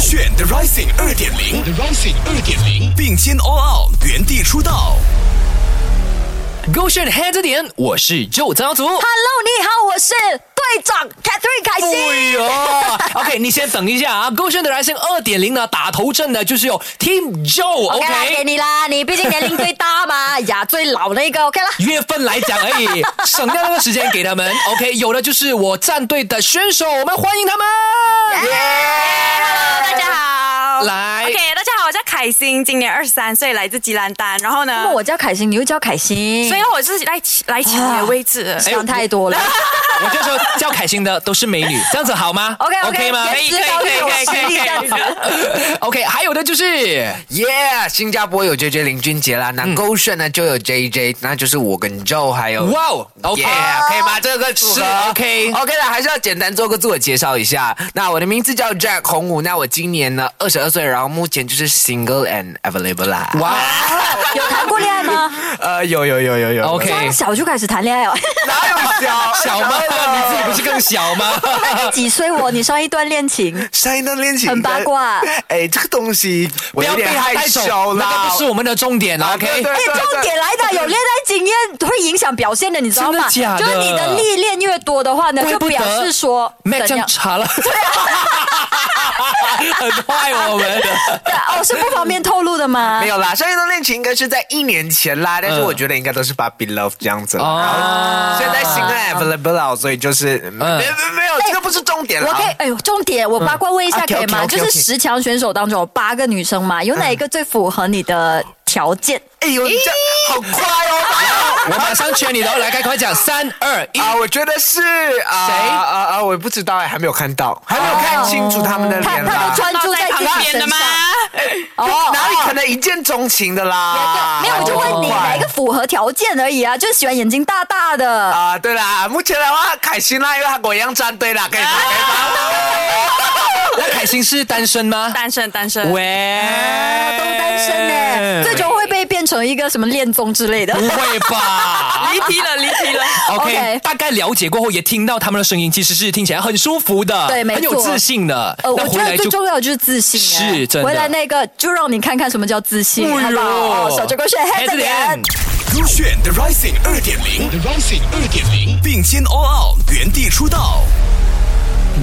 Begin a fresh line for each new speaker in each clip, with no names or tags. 选 The Rising 二点零，The Rising 二点零，并肩 All Out，原地出道。
勾选黑着点，我是周张祖。
Hello，你好，我是队长 Catherine 凯
哎
西。
呦，OK，你先等一下啊！勾选的 Rising 二点零呢，打头阵的就是有 Team Joe，OK，、
啦，给你啦，你毕竟年龄最 大嘛，呀，最老那个，OK 啦。
月份来讲而已，省掉那个时间给他们。OK，有的就是我战队的选手，我们欢迎他们。
Hello，
大家好，
来
OK，大家好，我叫凯欣，今年二十三岁，来自吉兰丹。然后
那
啊
呢
么，我叫凯欣，你又叫凯欣，
所以我是来来抢你的位置。
哎
想太多了。
我就说叫凯欣的都是美女，这样子好吗
OK
OK 吗
可以
知道有实力这样子。
？OK，还有的就是
耶新加坡有 J J 林俊杰啦，那勾选呢就有 J J，那就是我跟 Joe 还有
哇哦，OK，
耶可以吗？这个组合
是 OK
OK 的，还是要简单做个自我介绍一下。那我的名字叫 Jack 洪武，那我今年呢二十二岁，然后目前就是 single and available 啦。
哇
有谈过恋爱吗？
呃，有有有有有
哎，OK，
这么小就开始谈 恋爱哦？
哪有小
小吗？你自己不是更小吗？
那哎你几岁我？你上一段恋情？
上一段恋情
很八卦
哎，这个东西
不
我
要
有
被
点
他
害
带走，
羞
那
啦。
个不是我们的重点了
啊
，OK
对。对
哎，重点来的，有恋爱经验会影响表现的，你知道吗？
真的假的
就是你的历练越多的话呢，
怪
就
不得
表示说
Mac 这
怎
样
样？
查了， 很坏我们。
对哦，是不方便透露的吗
没？有啦，上一段恋情应该是在一年前
嗯
啦，但是我觉得应该都是 Barbie Love 这样子啦。
哦
然后现在新的
啊
Available 了，所以就是没没没有，这个不是重点
嗯我
啦
可。以，哎呦，重点我八卦问一下
嗯
可以吗？
OK，OK，OK，OK
就是十强选手当中有八个女生嘛，有哪一个最符合你的条件？
哎呦，你这样好快哦！
我马上圈你了，来，赶快讲，三二一。
啊，我觉得是啊
谁
啊啊！我也不知道哎，还没有看到，还没有看清楚他们的
他
脸
哦他
啦
都。专注在自己身上哦，
哪里可能一见钟情的啦？
没有，我就问你
嗯啊好快
哪一个符合条件而已啊，就是喜欢眼睛大大的。
啊？对啦，目前的话，凯欣啦，因为他跟我一样站队啦，可以吗？可以吗？
那凯欣是单身 吗？
单身，单身。
喂，哎
啊都单身呢、最终会被变成一个什么恋综之类的。
不会吧
离题了，离题了。
？OK，
OK
大概了解过后，也听到他们的声音，其实是听起来很舒服的，
对没
很有
错
自信的。
呃，
那
我
回
觉
来
得最
就
重要的就是自信、哎
是真的
回来那个就让你看看什么叫自信，好不好？哦手这个是黑着脸。
勾选 The Rising 二点零，The Rising 二点零，并肩 All Out，原地出道。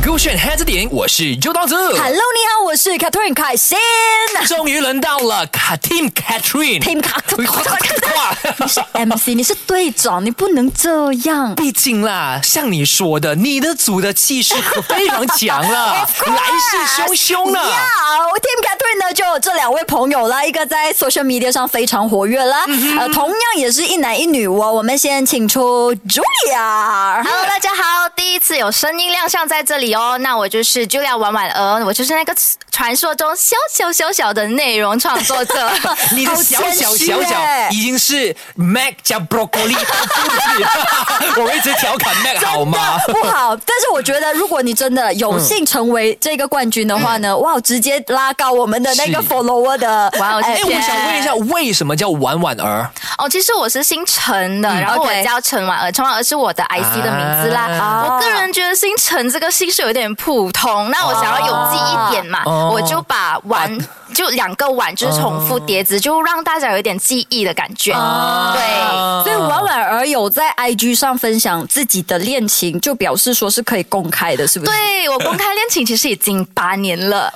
勾选 head 点，我是周当子。
Hello，你好，我是 Catherine 凯欣。
终于轮到了 Team Catherine。哎
Team Catherine，
哇
你是 MC，你是队长，你不能这样。
毕竟啦，像你说的，你的组的气势可非常强 了，来势汹汹啊呢。
呀、我 Team Catherine 呢，就有这两位朋友啦，一个在 social media 上非常活跃啦，
嗯
呃，同样也是一男一女哦。我们先请出 Julia。
Hello，大家好，第一次有声音亮相在这里哦。那我就是 Julia 婉婉儿，我就是那个传说中小小小小的内容创作者。
你的小小小
好谦虚
小
耶
已经是 Mac 加 Broccoli 的肚子，我一直调侃 Mac 好吗？
不好，但是我觉得，如果你真的有幸成为这个冠军的话呢，哇，直接拉高我们的那个
嗯是
follower 的。
哇哦
哎
谢
哎，
谢
我想问一下，为什么叫婉婉儿？
哦，其实我是姓陈的，然后我
OK
叫陈婉呃儿，陈婉儿是我的 IC 的名字啦。
啊
我个人觉得姓陈这个姓是有点普通，那我想要有记忆点嘛，
哦
我就把婉。就两个碗，就是重复叠字，就让大家有一点记忆的感觉。哦对，
嗯
所以婉婉儿有在 IG 上分享自己的恋情，就表示说是可以公开的，是不是？
对我公开恋情其实已经八年了，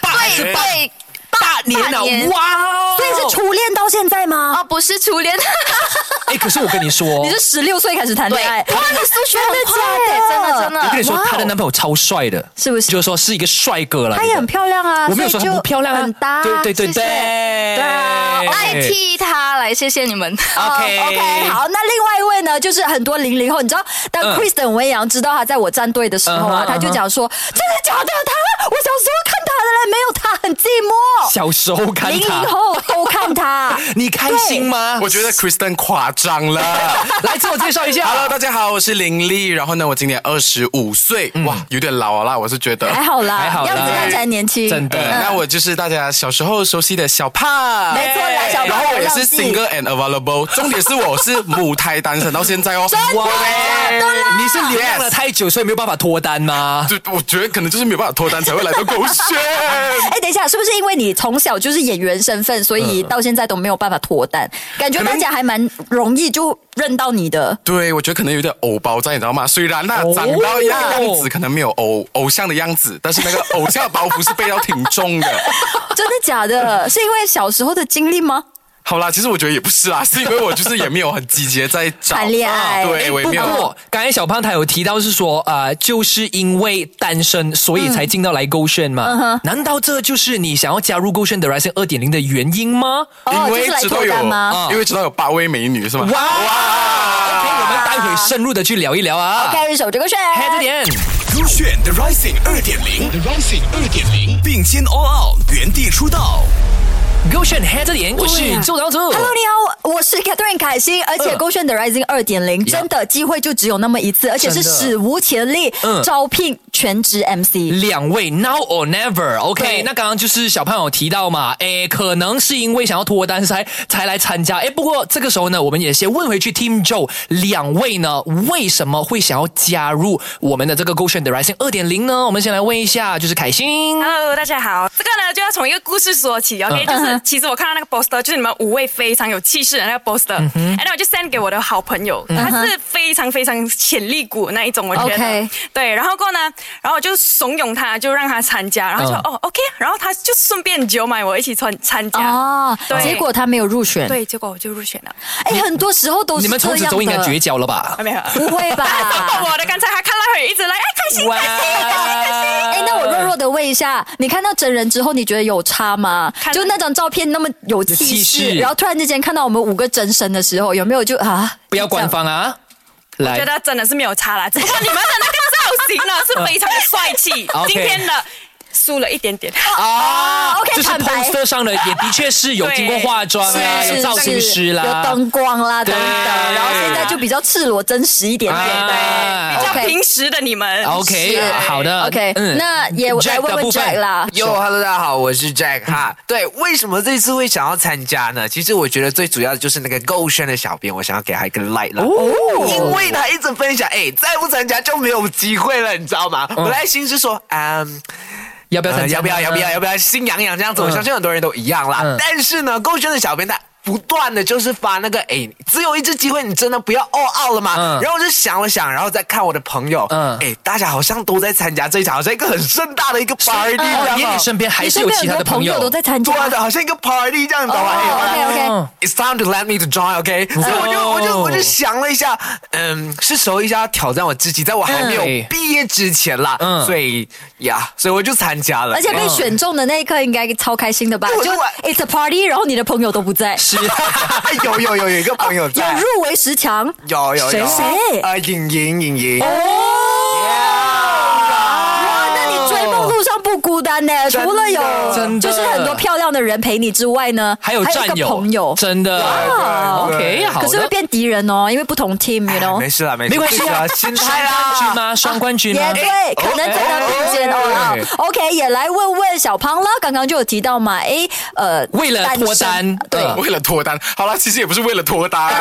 八年，对对，
八年了
八年，
哇哦！
所以是初恋到现在吗？
哦，不是初恋，
哎，可是我跟你说，
你是十六岁开始谈
对，
恋爱？
哇，你数学
真的
很
假的
快，真的真
我跟你
的，
说
哇哦，
她的男朋友超帅的，
是不是
就是说是一个帅哥了。
她也很漂亮啊，
我没有说
所以
她
就
不漂亮啊，
很搭。
对对对
谢谢
对，对
啊
哎
代替他来，谢谢你 们。
OK
哦 OK，好，那另外一位呢，就是很多零零后，你知道，当
嗯
Kristen 维扬知道他在我战队的时候
嗯
啊
哼，
他就讲说，真的假的？他，我小时候看他的嘞，没有他很寂寞。
小时候看
零零
他，
后都看他，
你开心吗？
我觉得 Kristen 夸张 了。
来自我介绍一下。
Hello，大家好，我是林丽。然后呢，我今年二十五岁，哇，有点老了啦，我是觉得。
嗯还好嗯啦，
还好啦
样子看起来年轻。
真的
呃那我就是大家小时候熟悉的小胖，
没错
哎
啦小胖
然后我也
流
是
浪记
single and available，重点是我是母胎单身到现在 哦。
哇，你是流浪了太久，所以没有办法脱单吗？
就我觉得可能就是没有办法脱单才会来到狗 血。
哎，等一下，是不是因为你从小就是演员身份，所以
嗯
到现在都没有办法脱单？感觉大家还蛮容易就认到你 的。
对，我觉得可能有点偶包在，你知道吗？虽然那
哦
长到一样的样子，可能没有偶偶像的样子，但是那个偶像的包袱是背到挺重的。
真的假的？是因为小时候的经历吗？
好啦，其实我觉得也不是啦，啊 是因为我就是也没有很积极地在找啊
谈恋爱哎
对，我也
不
没有。
过刚才小胖他有提到是说，呃，就是因为单身，所以才进到来 g 炫嘛、
嗯
难道这就是你想要加入 g 炫的 Rising 二点零的原因吗？
哦
因
就
为
是来
知道
脱
有啊
单吗？
因为知道有八位美女是吗？
哇 o k 我们待会深入的去聊一聊啊。
开一首这个选。
开着点。
入选 The Rising 二点零，The Rising 二点零，并肩 all out，原地出道。
Go 炫 head 着点，我是周导组。
Hello，你好，我我是 Catherine 凯欣，而且
嗯
勾选的 Rising 二点零，真的机会就只有那么一次，而且
真
是
的
史无前例
嗯，
招聘全职 MC。
两位，now or
对
never，OK？、那刚刚就是小胖有提到嘛，诶，可能是因为想要脱单才才来参加，诶，不过这个时候呢，我们也先问回去 Team Joe，两位呢为什么会想要加入我们的这个 Go 选的 Rising 二点零呢？我们先来问一下，就是凯欣，
Hello，大家好。这个呢，就要从一个故事说起，OK？、就是其实我看到那个 poster，就是你们五位非常有气势的那个 poster，然后我就 send 给我的好朋友，他是非常非常潜力股那一种，我觉得。
OK
对，然后过后呢，然后我就怂恿他，就让他参加，然后就、
嗯
哦 OK，然后他就顺便酒买我一起参参加。
哦，
对
结果他没有入选。
对，结果我就入选了。
哎，很多时候都是
你们从
这
此
样
都应该
的
绝交了吧？
啊没有。
不会吧？
我的刚才还看到他一直来，哎， 开心开心开心开心。
呃
哎，那我弱弱的问一下，你看到真人之后，你觉得有差吗？
看
就那张照片那么有气
气
势，
势
然后突然之间看到我们五个真身的时候，有没有就啊？
不要官方啊，来
觉。得真的是没有差啦，只不过你们的那个造型呢是非常的帅气
OK，
今天的输了一点点。
啊
OK，
就是
坦白
poster 上的也的确是有经过化妆啦，
是
有造型师啦，
有灯光啦等
对
等，然后现在就比较赤裸真实一点点
啊
的，
比较
OK
平时的你们
OK，好的
OK，
嗯
那也来
Jack
问
的
问
部分
Jack 啦。
哟，Hello，大家好，我是 Jack 哈。对，为什么这次会想要参加呢？其实我觉得最主要的就是那个 Go 轩的小编，我想要给他一个 light 啦，
哦
因为他一直分享，哎，再不参加就没有机会了，你知道吗？本来心是说，嗯。
要不要参
呃
加？
要不要？要不
啊
要？？要不要？心痒痒这样子，我相信很多人都一样啦。
嗯
但是呢，够圈的小编他。不断的就是发那个，哎，只有一次机会，你真的不要 all out 了吗？
嗯
然后我就想了想，然后再看我的朋友，
嗯
哎，大家好像都在参加这一场，好像一个很盛大的一个 party 这
哦，
样
因为你身边还
你
是
身
有
边
其
很哦
他
多
的朋
朋
友
友都在参加
对啊，好像一个 party 这样，你懂吗？哎
，OK，OK
哦
It's time to let me to join, OK？所以我就我就我就想了一下，嗯，是时候一下挑战我自己，在我还没有
嗯
毕业之前啦，
嗯
所以呀，所以我就参加了，
而且被选中的那一刻应该超开心的吧？
对我
就
就
It's a party，然后你的朋友都不在，
是
有有有有一个朋友
哦有
在，
入围十强，
有有
谁
有呃
谁哦
啊，莹莹莹莹，
哇，那你追梦路上不孤单呢？
真的
除了有
真的
就是很多漂亮的人陪你之外呢，
还有
一个
战友，
朋友，
真的
哇
，OK，好
可是会
的。
变敌人哦，因为不同 team，you
哎
know。
没事啦，没事，
没关系啊，
不需要心
双
态
冠
啦。
军吗？双冠军吗
也？对，可能真的并肩哦
哎。
OK，也来问问小胖啦，刚刚就有提到嘛，哎，呃，
为了脱单
身对，
嗯
哎为了脱单，好啦，其实也不是为了 脱单。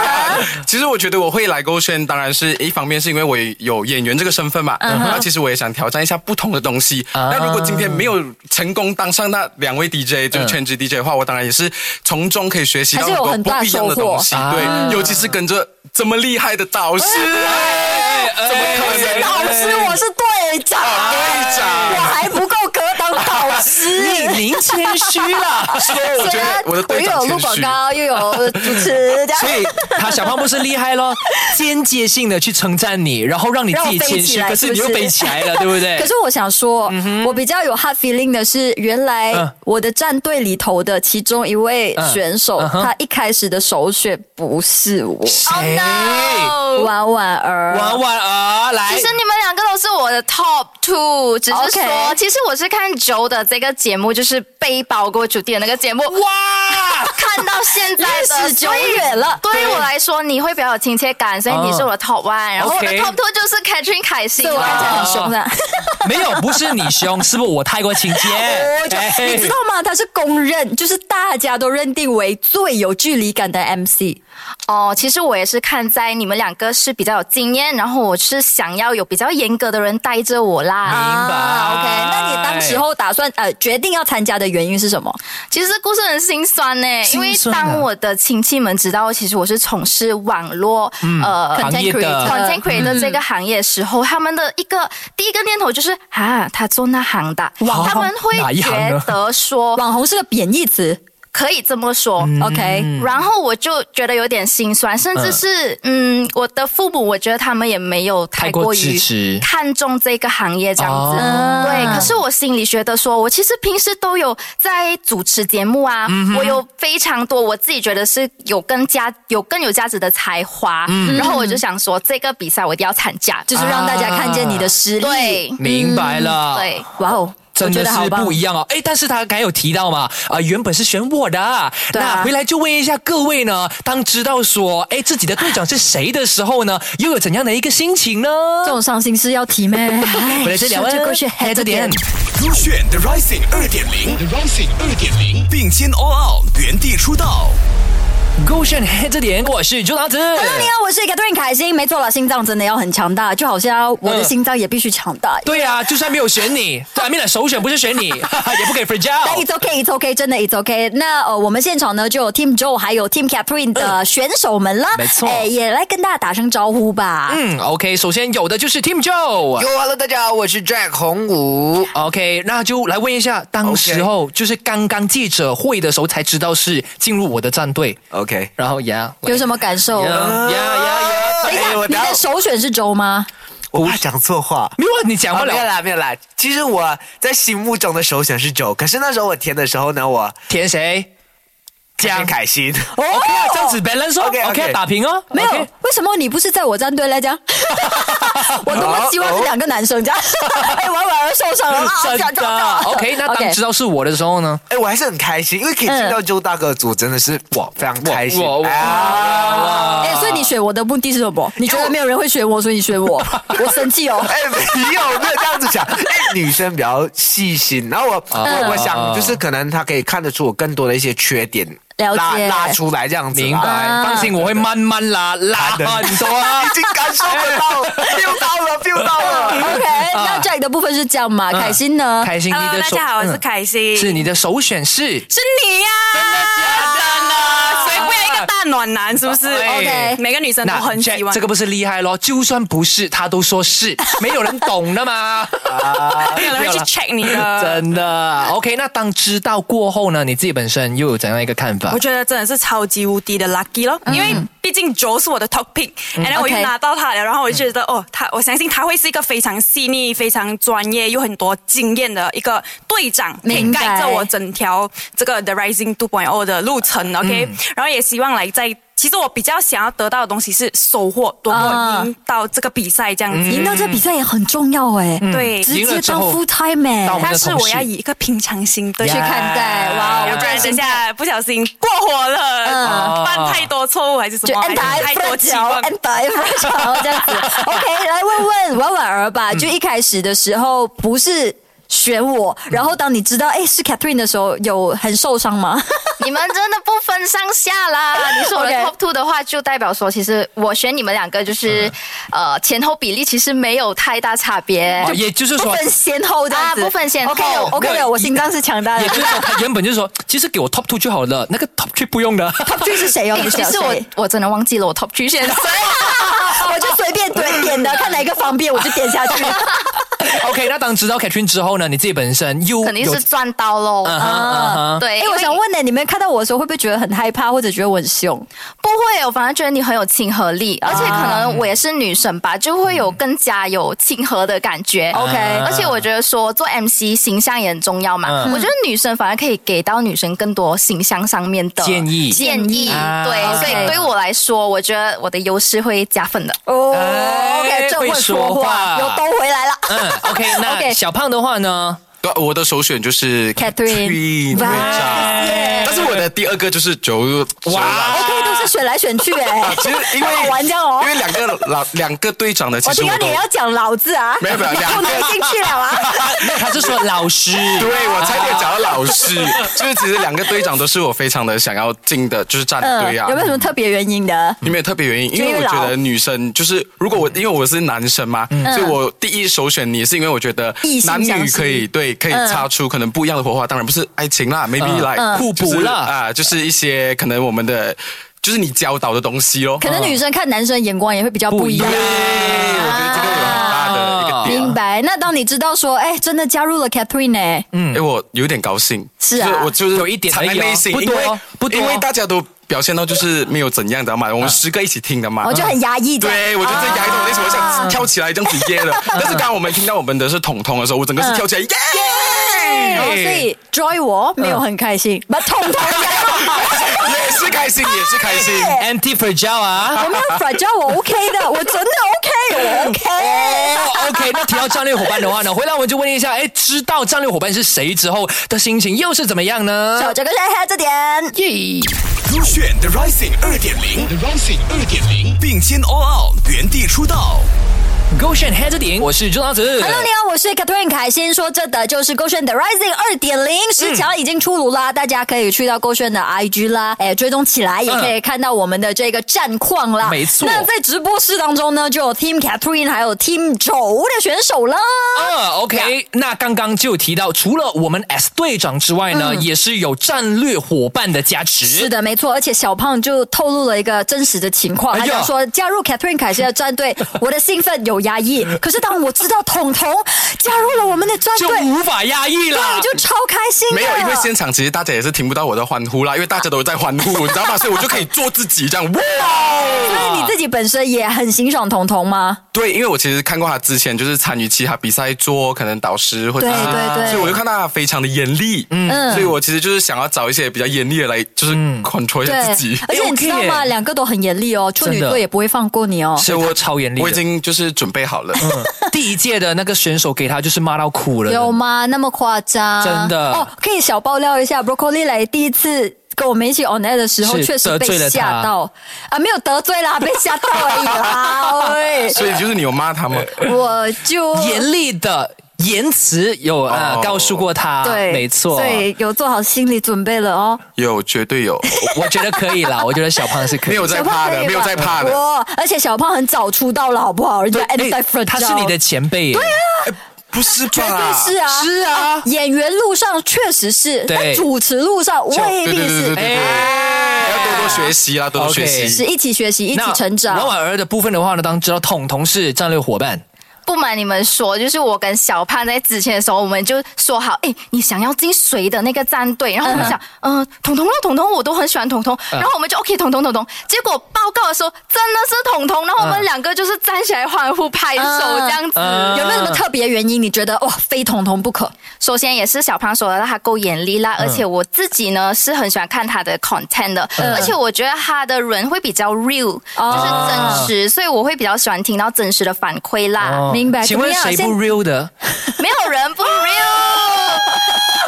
其实我觉得我会来勾选，当然是一方面是因为我有演员这个身份嘛，
嗯
然后其实我也想挑战一下不同的东西。
啊
那如果今天没有成功当上那两位 DJ，就是
嗯
全职 DJ 的话，我当然也是从中可以学习到
还是
很
有
多
很
不
大
一样
收
的东西。
获啊
对，尤其是跟着这么厉害的导师，哎怎么可能？
老师，我是队长，
啊队长
我还不够格当导师。
你您谦谦虚 啦。
所以
啊
我觉得我的队
又
长
有录
谦
广
虚。
告，又有主持，这样
所以他小胖不是厉害咯， 间接性的去称赞你，然后让你自己谦虚，
让我
可
飞起
是
来
你又
是不是
背起来了，对不对？
可是我想说，我比较有 hard feeling 的是，原
嗯
来我的战队里头的其中一位选手，
嗯嗯哼
他一开始的首选不是我，
谁？哎
婉婉儿。
婉婉儿啊来
其实，你们两个都是我的 top two，只是说
OK
其实我是看 Joe 的这个节目，就是背包给我主题的那个节目，
哇！
看到现在的，
历史久
所以
远了
对于我来说，你会比较有亲切感，所以你是我的 top one，、然后我的
哦 OK 哦
top two 就是 Catherine 凯欣
对我看起来
了。
很凶啊的，
没有，不是你凶，是不是我太过亲切？
我就
哎
你知道吗？他是公认，就是大家都认定为最有距离感的 MC。
哦，其实我也是看在你们两个是比较有经验，然后我是想要有比较严格的人带着我啦。
明白
啊，OK，那你当时候打算呃决定要参加的原因是什么？
其实故事很心酸呢，因为
心酸啊
当我的亲戚们知道，其实我是从事网络、呃
嗯行业嗯
content
的
creator content creator 这个行业的时候，他们的一个第一个念头就是啊，他做那行的，
哇
他们
哪
会
一行呢
觉得说
网红是个贬义词
可以这么说。
嗯
，OK，
然后我就觉得有点心酸，甚至是嗯我的父母，我觉得他们也没有
太
太
过
过
支
于
持
看重这个行业这样子。
哦
对，可是我心里觉得说，我其实平时都有在主持节目啊，我有非常多我自己觉得是有更加有更有价值的才华，然后我就想说，这个比赛我一定要参加。
就是让大家看见你的实力。
对啊
明白了，
对，
哇哦，
真
我觉
的
得好
是
棒
不一样哦。哎，但是他刚才有提到嘛，啊、原本是选我的，
对啊
那回来就问一下各位呢，当知道说，哎，自己的队长是谁的时候呢，又有怎样的一个心情呢？
这种伤心事要提 咩？
回来再聊啊
就过去 h 着点。
入选 The Rising 二点零，The Rising 二点零，并肩 all out，原地出道。
勾选黑着点，我是朱达子。
Hello，你好，我是 Catherine 凯欣。没错了，心脏真的要很强大，就好像我的心脏也必须强大。
对啊，就算没有选你， 对啊，没有首选不是选你， 哈哈也不给 free
但
job。
It's OK, It's OK，真的 It's OK。那呃，我们现场呢就有 Team Joe 还有 Team Catherine 的选手们啦，
嗯没错
哎也来跟大家打声招呼吧。
嗯，OK，首先有的就是 Team Joe。
哟，Hello，大家好，我是 Jack 洪武。
OK，那就来问一下，当时候就是刚刚记者会的时候才知道是进入我的战队，
OK，
然后呀，
有什么感受？
呀呀呀！
等一下
哎，我
你
等
的首选是 Joe 吗？
我怕讲错话。
没有啊，你讲
啊
不
没有
了，
啦，没有啦。其实我在心目中的首选是九，可是那时候我填的时候呢，我
填谁？
很
江
开心。
哦
OK 啊，这样子 balance 哦
OK，OK
，OK 打平哦，
没有
OK
为什么你不是在我战队 来讲？我多么希望是两个男生这样。 哎，婉婉儿受
哦
伤了，啊
啊真的 OK。那当知道是我的时候呢？
哎，我还是很开心，因为可以
嗯
听到周大哥的组真的是哇，非常开心。
哇哇
啊
哎，所以你选我的目的是什么？你觉得没有人会选我，所以你选我， 我生气 哦。
哎，没有没有这样子讲， 哎，女生比较细心，然后我
嗯
我我想就是可能她可以看得出我更多的一些缺点，
了
拉
解
拉出来这样子啦。
明白，
啊
放心，我会慢慢拉拉
的
很多 啊。
已经感受得到，feel 到了，feel 到了。
OK，那 Jack 的部分是这样嘛？凯欣呢？
啊开心，你
Hello，
的
大
首
家好，我是
嗯
凯欣。
是你的首选是
是你呀、
啊
谁不要一个大暖男？是不是
哎
OK
每个女生都很喜
Jack，
欢。
这个不是厉害咯？就算不是，他都说是，没有人懂的 嘛。
没有人
啊没
会
有
去
啦
check 你 的。
真的，OK。那啊当知道过后呢，你自己本身又有怎样一个看法
我？觉得真的是超级无敌的 lucky 咯，因为毕竟 Joe 是我的 top pick，and then 我又
嗯 OK
拿到他了，然后我就觉得哦，他我相信他会是一个非常细腻、非常专业又很多经验的一个队长，
明
掩
白
盖着我整条这个 The Rising 2.0的路程，OK，然
嗯
后也希望来在。其实我比较想要得到的东西是收获，多
啊
过赢到这个比赛这样子。
赢到这比赛也很重要哎，
对
直
嗯赢了
接
之
当
后
full time 哎
到我，们的
但是
同
我
事
要以一个平常心对
去看待哇，
要
我
不然
真
等
的
下不小心过火了，
嗯
犯太多错误还是什
就
么，还
N
是
打 F
哦哎太多期
脚
望。
，N 打 F 脚这样子。OK，来问问婉婉儿吧，就一开始的时候不是。选我，然后当你知道哎是 Catherine 的时候，有很受伤吗？
你们真的不分上下啦！你是我的
OK
top two 的话，就代表说，其实我选你们两个就是，呃，前后比例其实没有太大差别。
哦也就是
不
说，
分先后这样子，
啊不分先后
OK 的 OK
没
的，
有
我心脏是强大的
也。就是说，他原本就是说， 其实给我 top two 就好了，那个 top three 不用的。
Top three 是 谁哦？你
其
是
实
我
我， 我真的忘记了我 top three 选谁。
我就随便点点的，看哪一个方便我就点下去。
OK，那当知道 Catherine 之后呢，你自己本身又
肯定是
有
赚到喽。
嗯哼嗯哼
对，
哎、
因为
我想问呢、你们看到我的时候会不会觉得很害怕，或者觉得我很凶？
不会，我反而觉得你很有亲和力，
啊
而且可能我也是女生吧，就会有更加有亲和的感觉。
嗯
OK
而且我觉得说做 MC 形象也很重要嘛，
啊嗯
我觉得女生反而可以给到女生更多形象上面的
建议
建议，
啊
对
OK
所以对我来说，我觉得我的优势会加分的。
哦、
哎
o k 这
会
会
说
说
话
话，有兜回来了。
嗯 OK，那
OK
小胖的话呢？
对啊我的首选就是
Catherine，
队
哇
长，但是我的第二个就是九哇。
，OK，都哎是选来选去哎、
其实因为
好好玩这样哦
因为两个老两个队长的，其
我
实
听
我
到
都
你要讲老字啊，
没有没有
你
两
不能进去了 啊。
那他是说老师，
对，我差点讲到老师， 就是其实两个队长都是我非常的想要进的，就是战
嗯，
队啊。
有没有什么特别原因的？
因为特别原因，因
因
为
为
我
老嗯
觉得女生就是，如果我因为我是男生嘛，所以我第一首选你，是因为我觉得
异性
男
相
女
吸
可以对可以擦出可能不一样的火花，当然不是爱情啦，maybe
嗯
like
互补
就是
啦
啊，就是一些可能我们的就是你教导的东西咯。
可能女生看男生眼光也会比较不一样
不一。样
对我
啊
觉得这个有很大的一个点。
明白。那当你知道说，哎，真的加入了 Catherine 呢、
哎、我有点高兴，
嗯是啊
就我就是
有一点
藏在
而已哦
内心
不多
因为
不多哦
因为大家都表现到就是没有怎样，知道吗？我们十个一起听的嘛，
我哦就很压抑的。
对，我就在压抑着我内心，我想
啊
跳起来这样子 耶了。但是刚刚我们听到我们的是彤彤的时候，我整个是 跳起来耶。
对，哎哦然后所以 Joy 我没有很开 心，把痛痛加入。
也是开心，也是开心。
，Anti Fragile 啊。
我没有反叫我 OK 的，我真的 OK，我 OK。
哦，OK，那提到战略伙伴的话呢，回来我们就问一下，哎，知道战略伙伴是谁之后的心情又是怎么样呢？
小整个是黑哎这点，
入选 The Rising 二点零，The Rising 二点零，并肩 all out，原地出道。
Go 选黑着点，我是周老子。
Hello，你好，我是 Catherine 凯欣。说这的就是勾炫的 Rising 二点零，十强已经出炉啦，大家可以去到勾炫的 IG 啦，哎，追踪起来，也可以看到我们的这个战况啦。
没错
那在直播室当中呢，就有 Team Catherine 还有 Team 轴的选手啦。
啊，OK，那刚刚就有提到，除了我们 S 队长之外呢，也是有战略伙伴的加持。
嗯是的，没错，而且小胖就透露了一个真实的情况，
哎呀
他讲说加入 Catherine 凯西的战队，我的兴奋有压抑，可是当我知道彤彤加入了我们的战
就
队，
无法压抑
啊对，
啦
我。就超开心啊的。
没有，因为现场其实大家也是听不到我的欢呼啦，因为大家都在欢呼，你知道吗？所以我就可以做自己这样。哇！
所以你自己本身也很欣赏彤彤吗？
对，因为我其实看过他之前就是参与其他比赛做可能导师或者是，
对对对
啊所以我就看到他非常的严厉，嗯，所以我其实就是想要找一些比较严厉的来就是 control 一下自己。
而且你知道
哎，OK
吗？
耶
两个都很严厉哦，处女
真的
座也不会放过你哦。
所以我超严厉的，
我已经就是准备好了。
第一届的那个选手给他就是骂到哭了。
有吗？那么夸张？
真的
哦，可以小爆料一下，Broccoli 来第一次。跟我们一起 on air 的时候，
是
确实
得罪了他
被吓到啊，没有得罪 啦，被吓到而已啦。喂，
所以就是你有骂他 吗？
我就
严厉的言辞有呃
哦
告诉过他，
对，
啊没错
所。以有做好心理准备了哦。
有，绝对有，
我觉得可以啦，我 觉得小胖是可
没
以。
有在怕
小胖可以
的，
吧
没有在怕的。
哇，而且小胖很早出道了，好不好？人家 a n
哎
t i f r a
他是你的前辈耶，对啊，
不是
绝对
吧？
是啊，
是啊
演员路上确实是，
对
但主持路上未
对对
必
对对
是
对。对，
哎
要多多学习啦，多多学
OK
习。
是一起学习，一起成
婉婉
长。
儿的部分的话呢，当知道统统是战略伙伴，
不瞒你们说，就是我跟小胖在之前的时候，我们就说好，哎，你想要进谁的那个战队？然后我们想，嗯、彤彤咯，彤彤，我都很喜欢彤彤。然后我们就 OK，彤彤，彤彤。结果报告的时候真的是彤彤，然后我们两个就是站起来欢呼、拍手这样子。
嗯
有没有什么特别原因？你觉得哇，非彤彤不可？
首先也是小胖说的，他够严厉啦，而且我自己呢是很喜欢看他的 content 的，而且我觉得他的人会比较 real，、
哦
就是真实，所以我会比较喜欢听到真实的反馈啦。
哦
明白
请问
啊怎么样
谁不
先
real 的？
没有人 不 real，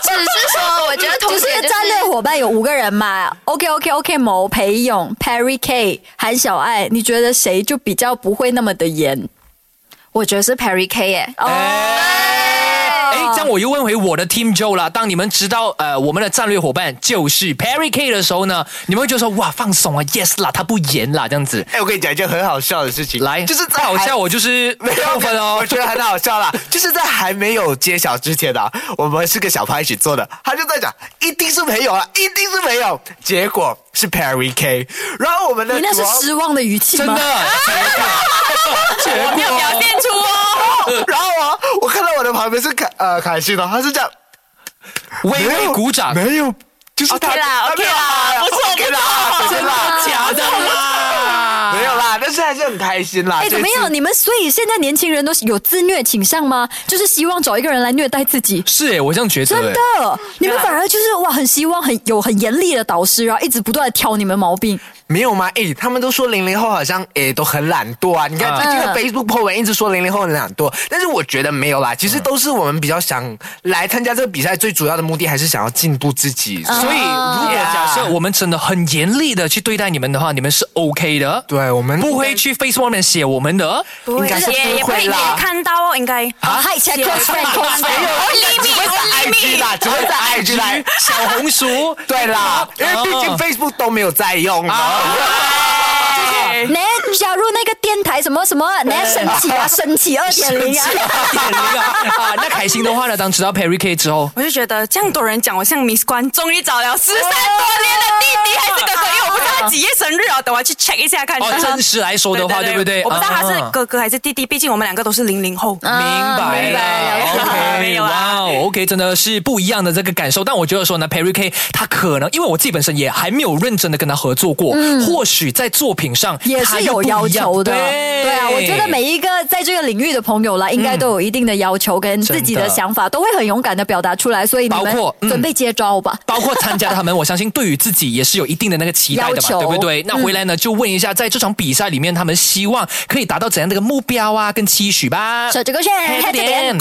只是说我觉得同
就
学、
是
就是、
战略伙伴有五个人嘛，OK OK OK，某裴勇、Perry K、韩小爱，你觉得谁就比较不会那么的严？
我觉得是 Perry K 耶、
哦，
哎， 这样我又问回我的 Team Joe 啦。当你们知道呃我们的战略伙伴就是 Perry K 的时候呢，你们会觉得说哇放松啊，yes 啦，他不严啦这样子。
哎，我跟你讲一件很好笑的事情，
来，
就是在
再好
还
笑我就是
没有
扣分哦
我。觉得很好笑啦，就是在还没有揭晓之前啊，我们是跟小胖一起做的，他就在讲一定是没有啊，一定是没有，结果是 Perry K，然后我们的
你那是
主要
失望的语气
真啊
吗
的？，
要表现出哦。
然后啊，我看到我的旁边是凯呃凯西的，他是这样
微微鼓掌，
没有，就是他
OK 啦
他没有
OK 啦
啊
不错
OK 啦，真
真的假的啦？
没有啦，但是还是很开心啦。
哎，怎么
这次
样？你们所以现在年轻人都有自虐倾向吗？就是希望找一个人来虐待自己。
是诶，我这样觉得
真
诶。
的，你们反而就是哇，很希望很有很严厉的导师，然后一直不断的挑你们毛病。
没有吗？诶，他们都说零零后好像诶都很懒惰啊。你看最近的
嗯
Facebook po 文一直说零零后很懒惰，但是我觉得没有啦。其实都是我们比较想来参加这个比赛，最主要的目的还是想要进步自己。所
所以，
以
如果假设我们真的很严厉的去对待你们的话，你们是 OK 的。
对我们
不会去 Facebook 上面写我们的。
应该是
也也
不
不会
会
也
啦
会。看到哦，应该。
啊，嗨，check close friend close
没
friend。
有，应该只会在 IG 啦，只会在 IG 来。
小红书，
对啦，因为毕竟 Facebook 都没有在用啊。
来加入那个电台什么什么，来升起啊，升起二点零啊。
点 零啊啊！那凯欣的话呢？当知道 Perry K 之后，
我就觉得这样多人讲我像 Miss 关，终于找了十三多年的弟弟还是哥哥，因为我不知道他几月生日哦，等我去 check 一下看。
哦，真实来说的话，对不对？
我不知道他
嗯
是哥哥还是弟弟，毕竟我们两个都是零零后。
明白
明
了
白了
，OK，
没有
哇
啊
哦，OK，真的是不一样的这个感受。但我觉得说呢，Perry K 他可能因为我自己本身也还没有认真的跟他合作过，或许在作品上
嗯也
他
是
又
有
不
要
一样
求的，
对
对啊，我觉得每 一个在这个领域的朋友啦，应该都有一定的要求跟自己的
真的
想法，都会很勇敢的表达出来，所以你
包
们
括嗯
准备接招吧。
包括参加他们，我相信对于自己也是有一定的那个期待的嘛，
要求嗯
对不对？那回来呢，就问一下，在这场比赛里面，他们希望可以达到怎样的一个目标啊，跟期许吧。
手指勾选
黑
黑着点。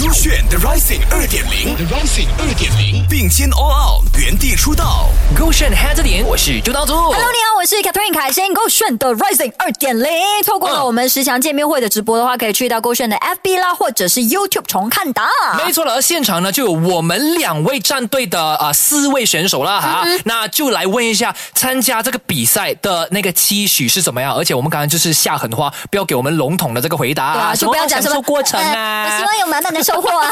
入选 The Rising 二点零，The Rising 二点零，并肩 All Out，原地出道。
勾选黑着点，我是周当组。
Hello，你好，我是 Catherine 凯欣，Go 炫的 Rising 二点零。错过了
嗯
我们十强见面会的直播的话，可以去到 Go 炫的 FB 啦，或者是 YouTube 重看的。
没错了，而现场呢就有我们两位战队的啊、呃四位选手啦哈，
嗯
那就来问一下参加这个比赛的那个期许是怎么样？而且我们刚刚就是下狠话，不要给我们笼统的这个回答
对啊，就不要讲什
享受
么
过程
呃我希
啊。
望有满满的收获 啊！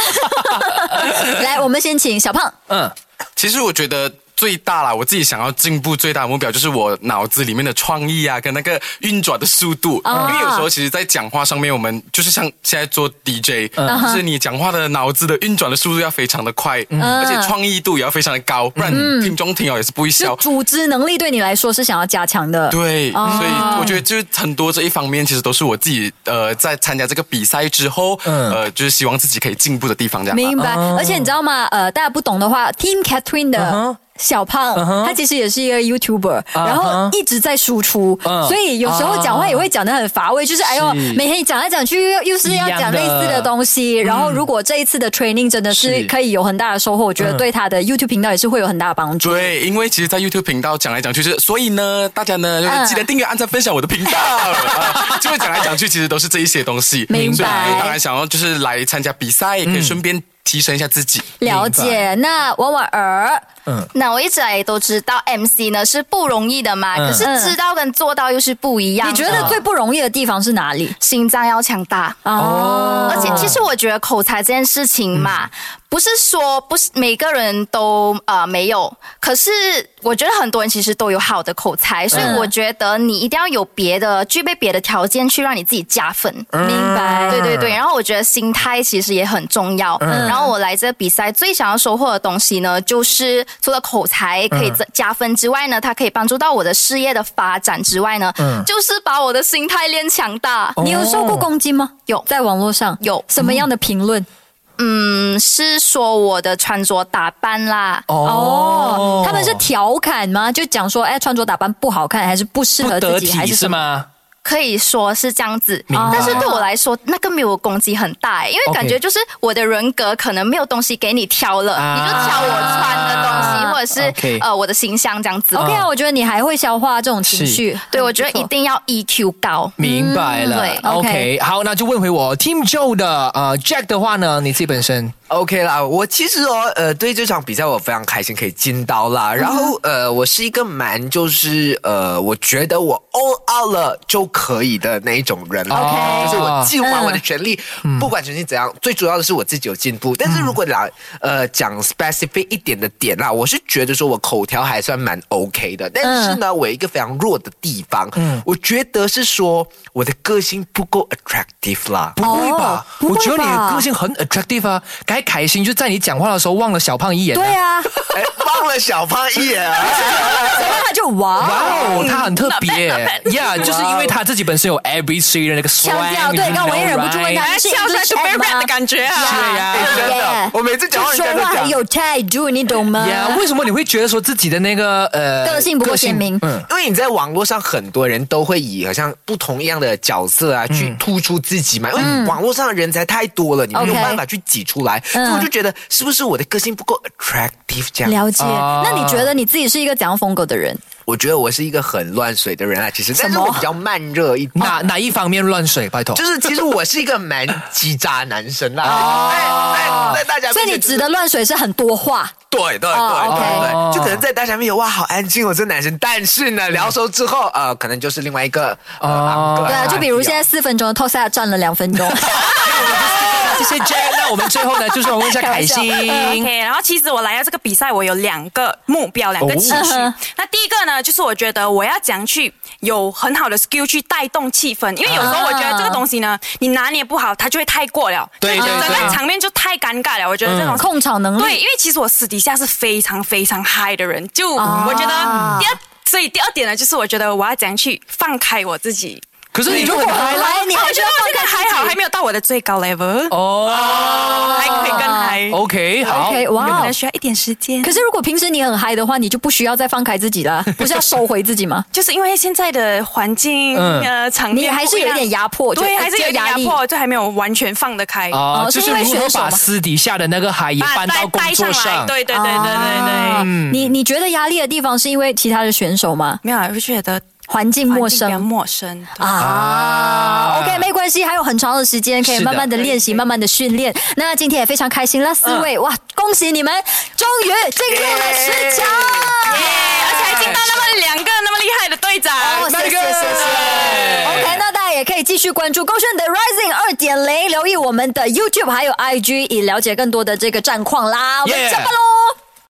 来，我们先请小胖。
嗯，
其实我觉得。最大啦，我自己想要进步最大的目标就是我脑子里面的创意啊，跟那个运转的速度。
哦
因为有时候其实，在讲话上面，我们就是像现在做 DJ，、就是你讲话的脑子的运转的速度要非常的快，而且创意度也要非常的高，不然听众听哦也是不会
就
笑。
组织能力对你来说是想要加强的。
对，所以我觉得就是很多这一方面，其实都是我自己呃在参加这个比赛之后，
嗯
呃就是希望自己可以进步的地方这样吧。
明白。而且你知道吗？呃，大家不懂的话，Team Catherine
哦嗯哼啊
的小胖他其实也是一个 YouTuber，然后一直在输出
嗯
所以有时候讲话也会讲得很乏味，就是哎呦，每天讲来讲去又又是要
一样
讲
的嗯
类似的东西。然后如果这一次的 training 真的是
是
可以有很大的收获，我觉得对他的 YouTube 频道也是会有很大的帮助。
对，因为其实，在 YouTube 频道讲来讲去，就是所以呢，大家
嗯
呢就是记得订阅、按赞、分享我的频道。 啊就是讲来讲去，其实都是这一些东西。
明白
所以当然想要就是来参加比赛，可以顺便提升一下自己。
嗯
了解。那婉婉儿，
那我一直来都知道 MC 呢是不容易的嘛，可是知道跟做到又是不一样的。
你觉得最不容易的地方是哪里？
心脏要强大？
哦
而且其实我觉得口才这件事情嘛，不是说不是每个人都呃没有，可是我觉得很多人其实都有好的口才，所以我觉得你一定要有别的具备别的条件去让你自己加分。
明白，
对对对，然后我觉得心态其实也很重要。然后我来这比赛最想要收获的东西呢，就是除了口才可以增加分之外呢，它可以帮助到我的事业的发展之外呢，就是把我的心态练强大。
哦
你有受过攻击吗？
有
在网络上
有
什么样的评论？
嗯，是说我的穿着打扮啦。
哦
哦，他们是调侃吗？就讲说，哎，穿着打扮不好看，还是不适
不
合
得
自己，还
体
是
是
什么？
吗？
可以说是这样子，哦
白
但是对我来说，那个没有攻击很大、因为
OK
感觉就是我的人格可能没有东西给你挑了，
啊
你就挑我穿的东西，
啊
或者是
OK
呃我的形象这样子。
OK 啊，我觉得你还会消化这种情绪。
对我觉得一定要 EQ 高。
明白了、
嗯对
o k 好，那就问回我 Team Joe 的呃 Jack 的话呢，你自己本身
OK 啦，我其实哦，呃，对这场比赛我非常开心可以进刀啦。然后呃，我是一个蛮就是呃，我觉得我 all out 了就可以的那一种人啦。
OK
就是我尽完我的全力，不管成绩怎样，最主要的是我自己有进步。但是如果讲呃讲 specific 一点的点啦，我是觉得说我口条还算蛮 OK 的，但是呢，我有一个非常弱的地方，我觉得是说我的个性不够 attractive 啦。
不会吧？
哦不会
我觉得你的
吧
个性很 attractive 啊。该凯欣就在你讲话的时候望了小胖一眼、
对啊，
哎，忘了小胖一眼啊！
然后他就哇
哇哦，
哎
他很特别
Not bad, not
呀，就是因为他自己本身有 every three 的那个
腔调
slang，
对
you
刚刚我也
know,
忍不住问他
right？
哎，笑出来就 b a 的感觉啊！
是呀
哎，真的
Yeah，
我每次讲话人
说
家都
话
讲
很。有态度，你懂吗？
呀为什么你会觉得说自己的那个呃
嗯个性不够鲜明
个性嗯，
因为你在网络上，很多人都会以好像不同样的角色啊，
嗯
去突出自己嘛。因为网络上的人才太多了，你没有
OK 嗯
办法去挤出来。所以我就觉得，是不是我的个性不够 attractive 这样？
了解。
啊
那你觉得你自己是一个怎样风格的人？
我觉得我是一个很乱水的人啊，其实，但是我比较慢热一点。
哦
哪哪一方面乱水？拜托，
就是其实我是一个蛮鸡渣男生啦，哎哎，在大家面前
哦所以你
就是
指的乱水是很多话，
对对对
哦
对
，OK
对，就可能在大家面前哇，好安静哦，这男生。但是呢，聊熟之后，呃，可能就是另外一个呃
哦
昂格
对啊，就比如现在四分钟的 t o s a 占了两分钟，啊
谢谢 Jack。那我们最后呢，就是我问一下凯欣，
OK，然后其实我来到这个比赛，我有两个目标，两个期
哦
许。
嗯
那第一个呢，就是我觉得我要怎样去有很好的 skill 去带动气氛，因为有时候我觉得这个东西
啊
呢，你拿捏不好，它就会太过了，
对
就
对
整
对嗯
个场面就太尴尬了。我觉得这种
控场能力。
对，因为其实我私底下是非常非常嗨的人，就
啊
我觉得第二，所以第二点呢，就是我觉得我要怎样去放开我自己。哦
可是你就很嗨啦
来，你
我
还是
觉得
要
我这个还好，还没有到我的最高 level，、
哦。
还可以更嗨。
OK，好
OK，哇
可
哦
能！需要一点时 间。
可是如果平时你很嗨的话，你就不需要再放开自己 了，不是要收回自己吗？
就是因为现在的环境、
嗯
呃场
你
面，
还是有一点。压迫，就呃
对，还是有一点
就
压
力。
迫，就还没有完全放得开，
啊，
哦
就是
是因为
如何
选手
把
吗
私底下的那个嗨也搬到工作上
来，。对对对对对
啊
对，
你你觉得压力的地方是因为其他的选手吗？
没有，我就觉得
环境陌
环境比较
生
陌生对
啊，OK，没关系，还有很长的时间可以
是的
慢慢的练习，慢慢的训练。那今天也非常开心啦，四
嗯
位哇，恭喜你们终于进入了十强！
哎而且还进到那么两个那么厉害的队长，
哦，谢谢谢谢。OK，那大家也可以继续关注《勾选的 Rising 二点零》，留意我们的 YouTube 还有 IG，以了解更多的这个战况啦。我们
Yeah
下班喽。